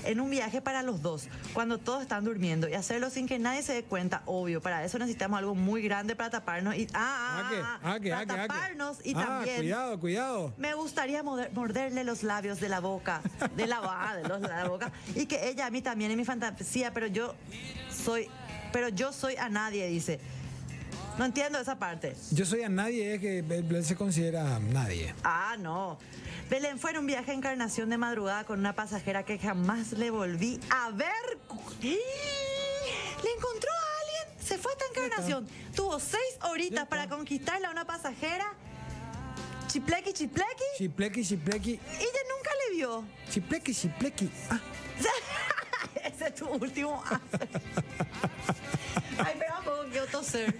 S2: En un viaje para los dos, cuando todos están durmiendo, y hacerlo sin que nadie se dé cuenta, obvio. Para eso necesitamos algo muy grande para taparnos y. ¡Ah!
S1: Ah,
S2: ah,
S1: que,
S2: ah,
S1: ah, que,
S2: para
S1: ah, que, ah, que.
S2: taparnos y
S1: Ah,
S2: también.
S1: Cuidado, cuidado.
S2: Me gustaría morder- morderle los labios de la boca, de la, ah, de los- de la boca, y que ella a mí también es mi fantasía, pero yo soy, pero yo soy a nadie, dice. No entiendo esa parte.
S1: Yo soy a nadie, es que él se considera nadie.
S2: Ah, no. Belén fue en un viaje a Encarnación de madrugada con una pasajera que jamás le volví a ver. ¡Eh! Le encontró a alguien. Se fue hasta Encarnación. Tuvo seis
S1: Ya
S2: horitas
S1: está.
S2: para conquistarla a una pasajera. Chiplequi, chiplequi.
S1: Chiplequi, chiplequi,
S2: Y ella nunca le vio.
S1: chiplequi, chiplequi. Ah,
S2: Ese es tu último. ah. Ay, espera un poco, quiero toser.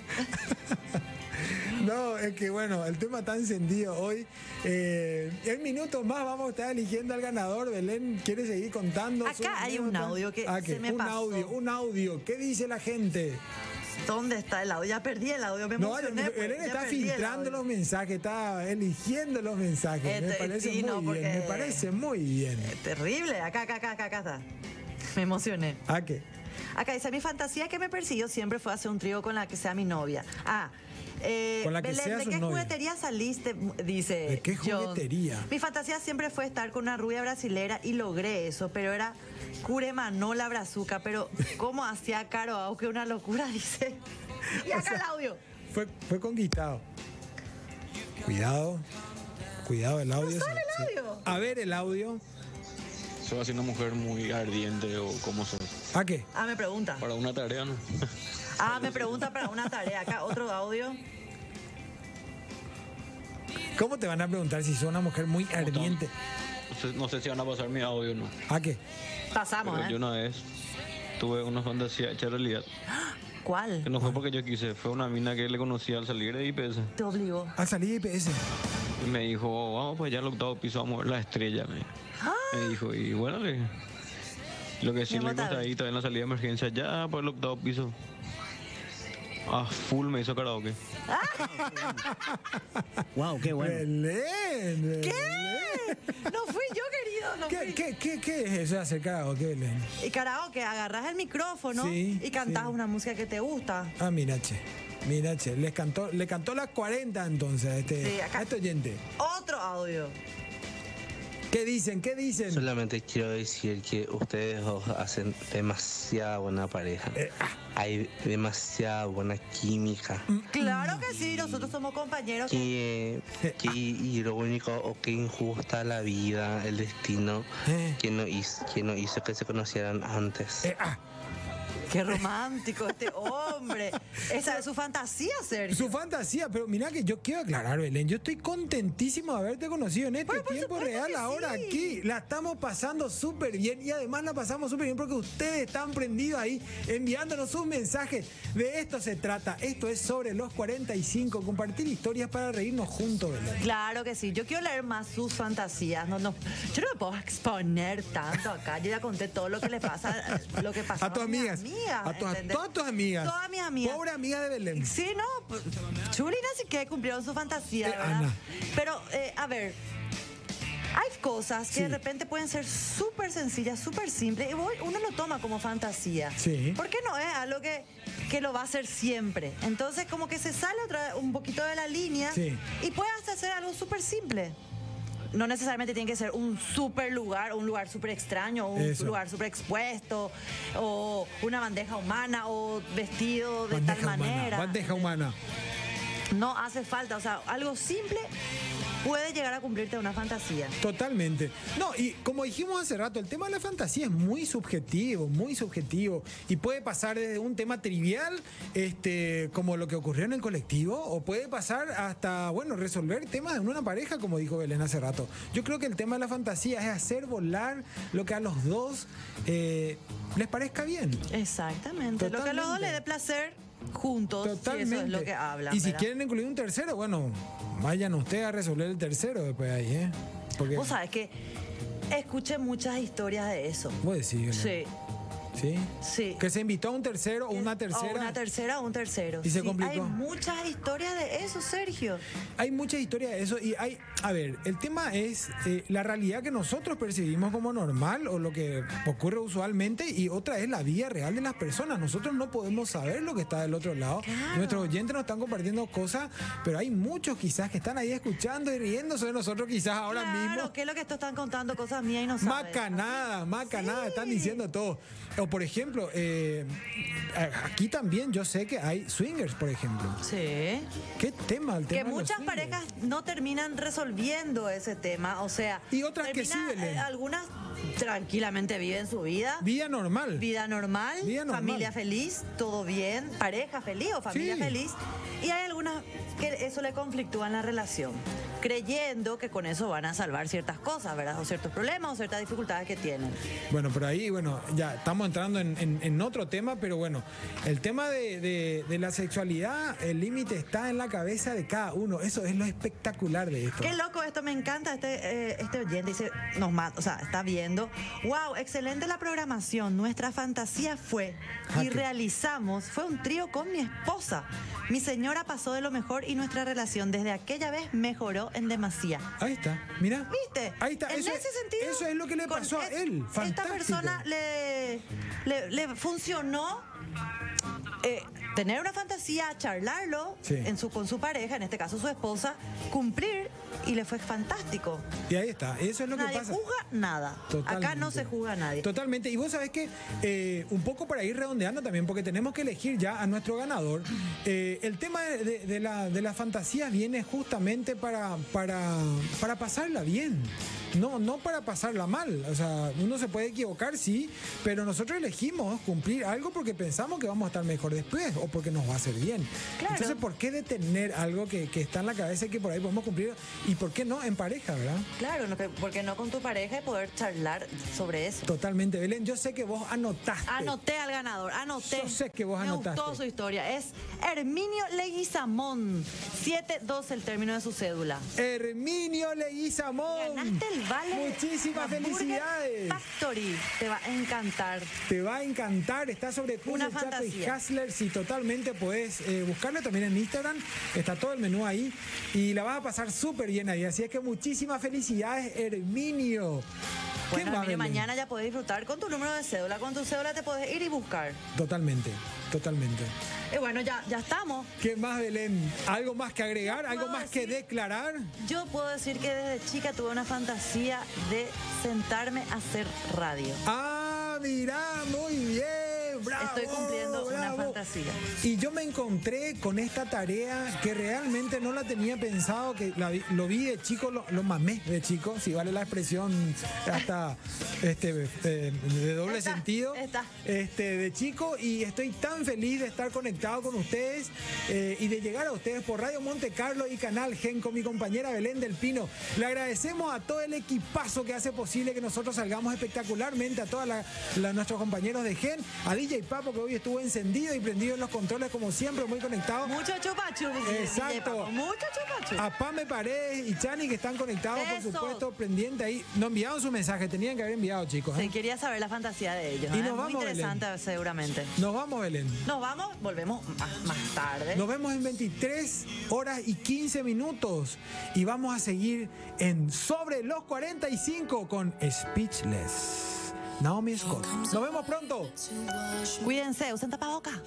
S1: No, es que bueno, el tema está encendido hoy. Eh, en minutos más vamos a estar eligiendo al ganador. Belén quiere seguir contando.
S2: Acá
S1: sus
S2: hay un
S1: anécdotas.
S2: audio que
S1: Ah,
S2: se me
S1: un
S2: pasó.
S1: audio, un audio. ¿Qué dice la gente?
S2: ¿Dónde está el audio? Ya perdí el audio, me
S1: No,
S2: emocioné. pues,
S1: Belén
S2: ya
S1: está
S2: perdí el
S1: filtrando
S2: audio.
S1: los mensajes, está eligiendo los mensajes. me
S2: Este,
S1: parece
S2: sí,
S1: muy
S2: no,
S1: bien, me
S2: porque-
S1: parece muy bien.
S2: Terrible. Acá, acá, acá, acá, acá está. Me emocioné.
S1: ¿A Ah, qué?
S2: Acá dice, mi fantasía que me persiguió siempre fue hacer un trío con la que sea mi novia. Ah, eh,
S1: Con la que
S2: Belén,
S1: sea
S2: ¿de
S1: su
S2: qué
S1: novia.
S2: juguetería saliste? Dice.
S1: ¿De qué
S2: John.
S1: juguetería?
S2: Mi fantasía siempre fue estar con una rubia brasilera y logré eso, pero era curema, no la brazuca. Pero ¿cómo hacía Caro Au? Que una locura, dice. Y acá el audio.
S1: Fue, fue conquistado. Cuidado, cuidado el audio.
S2: sale
S1: se-
S2: el
S1: se-
S2: audio.
S1: A ver el audio.
S4: Soy así una mujer muy ardiente o como soy.
S1: ¿A qué?
S2: Ah, me pregunta.
S4: Para una tarea, ¿no?
S2: Ah, me pregunta para una tarea. Acá otro audio.
S1: ¿Cómo te van a preguntar si soy una mujer muy ardiente?
S4: No sé, no sé si van a pasar mi audio o no.
S1: ¿A qué?
S2: Pasamos,
S4: Pero yo
S2: ¿eh?
S4: una vez tuve una fantasía hecha realidad.
S2: ¿Cuál?
S4: Que no fue porque yo quise, fue una mina que le conocí al salir de IPS.
S2: Te obligó.
S1: A salir Ah, de IPS.
S4: Y me dijo, "Oh, vamos pues allá al octavo piso, vamos a ver la estrella. Me, me dijo, y bueno, le dije. Lo que sí
S2: Mi
S4: le
S2: amor,
S4: gusta ahí, todavía en la salida de emergencia, ya por el octavo piso. Ah, full me hizo karaoke.
S5: Wow, qué bueno.
S1: Belén.
S2: ¿Qué?
S1: Belén.
S2: No fui yo, querido. No
S1: ¿Qué,
S2: fui.
S1: qué, qué, qué es eso de hacer karaoke, Belén?
S2: Y karaoke, agarras el micrófono
S1: Sí,
S2: y cantás
S1: sí.
S2: una música que te gusta.
S1: Ah, mira, che. Mira, che. Les cantó, le cantó las 40 entonces a este,
S2: Sí, acá.
S1: a este oyente.
S2: Otro audio.
S1: ¿Qué dicen? ¿Qué dicen?
S6: Solamente quiero decir que ustedes dos hacen demasiada buena pareja. Hay demasiada buena química.
S2: Claro que sí, nosotros somos compañeros.
S6: Qué, qué irónico o qué injusta la vida, el destino
S1: Eh.
S6: que no hizo, que no hizo que se conocieran antes.
S1: Eh, ah,
S2: Qué romántico este hombre. Esa es su fantasía, Sergio.
S1: su fantasía, pero mira que yo quiero aclarar, Belén. Yo estoy contentísimo de haberte conocido en este
S2: Pero por
S1: tiempo
S2: supuesto
S1: real
S2: que
S1: ahora
S2: sí.
S1: aquí. La estamos pasando súper bien y además la pasamos súper bien porque ustedes están prendidos ahí enviándonos sus mensajes. De esto se trata. Esto es sobre los 45. Compartir historias para reírnos juntos, Belén.
S2: Claro que sí. Yo quiero leer más sus fantasías. No, no, yo no me puedo exponer tanto acá. Yo ya conté todo lo que le pasa, lo que pasó
S1: A tus
S2: mis
S1: amigas. a, tu- a
S2: ¿entendés?
S1: todas tus amigas.
S2: Todas mis amigas.
S1: Pobre amiga de Belén.
S2: Sí, no, pues, Chulina sí que cumplieron su fantasía,
S1: Eh,
S2: ¿verdad?
S1: Ana.
S2: Pero, eh, a ver, hay cosas que
S1: Sí.
S2: de repente pueden ser súper sencillas, súper simples, y vos- uno lo toma como fantasía.
S1: Sí.
S2: ¿Por qué no es algo que, que lo va a hacer siempre? Entonces, como que se sale otra, un poquito de la línea
S1: Sí.
S2: y puedes hasta hacer algo súper simple. No necesariamente tiene que ser un súper lugar, un lugar súper extraño, un
S1: Eso.
S2: lugar súper expuesto, o una bandeja humana, o vestido de
S1: Bandeja
S2: tal manera.
S1: humana. Bandeja humana.
S2: No hace falta, o sea, algo simple puede llegar a cumplirte una fantasía.
S1: Totalmente. No, y como dijimos hace rato, el tema de la fantasía es muy subjetivo, muy subjetivo. Y puede pasar desde un tema trivial, este, como lo que ocurrió en el colectivo, o puede pasar hasta, bueno, resolver temas de una pareja, como dijo Belén hace rato. Yo creo que el tema de la fantasía es hacer volar lo que a los dos eh, les parezca bien.
S2: Exactamente. Lo que a los dos
S1: Totalmente.
S2: le dé placer juntos, si
S1: Totalmente.
S2: eso es lo que hablan.
S1: y si
S2: ¿verdad?
S1: quieren incluir un tercero, bueno, vayan ustedes a resolver el tercero después ahí, ¿eh? Porque.
S2: Vos sabés que escuché muchas historias de eso.
S1: Vos decís, ¿no?
S2: Sí,
S1: ¿Sí?
S2: sí.
S1: Que se invitó a un tercero o
S2: O
S1: una tercera.
S2: una tercera o un tercero.
S1: Y se
S2: Sí, Hay
S1: complicó.
S2: muchas historias de eso, Sergio.
S1: Hay mucha historia de eso y hay, a ver, el tema es eh, la realidad que nosotros percibimos como normal o lo que ocurre usualmente y otra es la vida real de las personas. Nosotros no podemos saber lo que está del otro lado.
S2: Claro.
S1: Nuestros oyentes nos están compartiendo cosas, pero hay muchos quizás que están ahí escuchando y riéndose de nosotros quizás ahora
S2: claro,
S1: mismo.
S2: ¿qué es lo que esto están contando cosas mías y no saben?
S1: Macanada, macanada, están diciendo todo. O por ejemplo, eh, a- aquí también yo sé que hay swingers, por ejemplo.
S2: Sí.
S1: ¿Qué tema? El tema
S2: Que
S1: de los
S2: muchas
S1: swingers?
S2: parejas no terminan resolviendo ese tema, o sea...
S1: Y otras que sí, Belén.
S2: eh, algunas tranquilamente viven su vida,
S1: Vida normal.
S2: vida normal,
S1: Vida normal.
S2: familia feliz, todo bien, pareja feliz o familia
S1: Sí.
S2: feliz. Y hay algunas que eso le conflictúa en la relación, creyendo que con eso van a salvar ciertas cosas, ¿verdad? O ciertos problemas o ciertas dificultades que tienen.
S1: Bueno, por ahí, bueno, ya estamos entrando en, en- en otro tema, pero bueno, el tema de, de- de la sexualidad, el límite está en la cabeza de cada uno. Eso es lo espectacular de esto.
S2: Qué loco esto, me encanta este, eh, este oyente. Dice, nos mata, o sea, está viendo. Wow, excelente la programación. Nuestra fantasía fue y
S1: Jaque.
S2: realizamos, fue un trío con mi esposa. Mi señora pasó de lo mejor y nuestra relación desde aquella vez mejoró en demasía.
S1: Ahí está, mira.
S2: ¿Viste?
S1: Ahí está.
S2: En
S1: eso,
S2: ese sentido.
S1: eso es lo que le
S2: con
S1: pasó a
S2: es-
S1: él. Fantástico.
S2: Esta persona le, le, le funcionó eh, tener una fantasía, charlarlo
S1: Sí.
S2: en su, con su pareja, en este caso su esposa, cumplir y le fue fantástico.
S1: Y ahí está, eso es lo que
S2: nadie
S1: pasa.
S2: juzga nada. Acá no
S1: Totalmente.
S2: se juzga a nadie.
S1: Totalmente. Y vos sabés que, eh, un poco para ir redondeando también, porque tenemos que elegir ya a nuestro ganador, eh, el tema de, de- de la, de la fantasía viene justamente para, para, para pasarla bien. No, no para pasarla mal. O sea, uno se puede equivocar, sí, pero nosotros elegimos cumplir algo porque pensamos que vamos a estar mejor después o porque nos va a hacer bien.
S2: Claro.
S1: Entonces, ¿por qué detener algo que, que está en la cabeza y que por ahí podemos cumplir? ¿Y por qué no en pareja, verdad?
S2: Claro, no que- porque no con tu pareja y poder charlar sobre eso.
S1: Totalmente, Belén. Yo sé que vos anotaste.
S2: Anoté al ganador, anoté.
S1: Yo sé que vos
S2: Me gustó
S1: anotaste.
S2: su historia. Es Herminio Leguizamón. 7-12 el término de su cédula.
S1: Herminio Leguizamón.
S2: Ganaste el vale.
S1: Muchísimas
S2: Hamburger
S1: felicidades.
S2: Factory. Te va a encantar.
S1: Te va a encantar. Está sobre Cruz
S2: Una
S1: del Chato y
S2: fantasía.
S1: Hustler. Si totalmente podés eh, buscarlo también en Instagram. Está todo el menú ahí. Y la vas a pasar súper bien ahí. Así es que muchísimas felicidades, Herminio. ¿Qué
S2: Bueno,
S1: más,
S2: Herminio,
S1: Belén?
S2: mañana ya podés disfrutar con tu número de cédula. Con tu cédula te podés ir y buscar.
S1: Totalmente, totalmente.
S2: Y bueno, ya, ya estamos.
S1: ¿Qué más, Belén? ¿Algo más que agregar? ¿Algo
S2: puedo
S1: más que
S2: decir?
S1: declarar?
S2: Yo puedo decir que desde chica tuve una fantasía de sentarme a hacer radio.
S1: Ah, mirá, muy bien. Bravo.
S2: Estoy cumpliendo una
S1: bravo.
S2: fantasía.
S1: Y yo me encontré con esta tarea que realmente no la tenía pensado, que la vi- lo vi de chico, lo, lo mamé de chico, si vale la expresión hasta este, eh, de doble
S2: Está,
S1: sentido,
S2: está.
S1: Este, de chico y estoy tan feliz de estar conectado con ustedes eh, y de llegar a ustedes por Radio Monte Carlo y Canal Gen con mi compañera Belén del Pino. Le agradecemos a todo el equipazo que hace posible que nosotros salgamos espectacularmente, a todos nuestros compañeros de Gen, a DJ Papo que hoy estuvo encendido y prendido en los controles como siempre, muy conectado.
S2: Mucho chupachu.
S1: Exacto. Ah,
S2: Mucho chupachu.
S1: A Pame Paredes y Chani que están conectados,
S2: Besos.
S1: por supuesto, pendiente ahí. No enviaron su mensaje, tenían que haber enviado, chicos. ¿eh?
S2: Sí, quería saber la fantasía de ellos.
S1: Y
S2: ¿eh?
S1: nos
S2: Muy
S1: vamos,
S2: interesante seguramente.
S1: Nos vamos, Belén.
S2: Nos vamos, volvemos más, más tarde.
S1: Nos vemos en 23 horas y 15 minutos y vamos a seguir en Sobre los 45 con Speechless. Naomi Scott. Nos vemos pronto.
S2: Cuídense, usen tapabocas.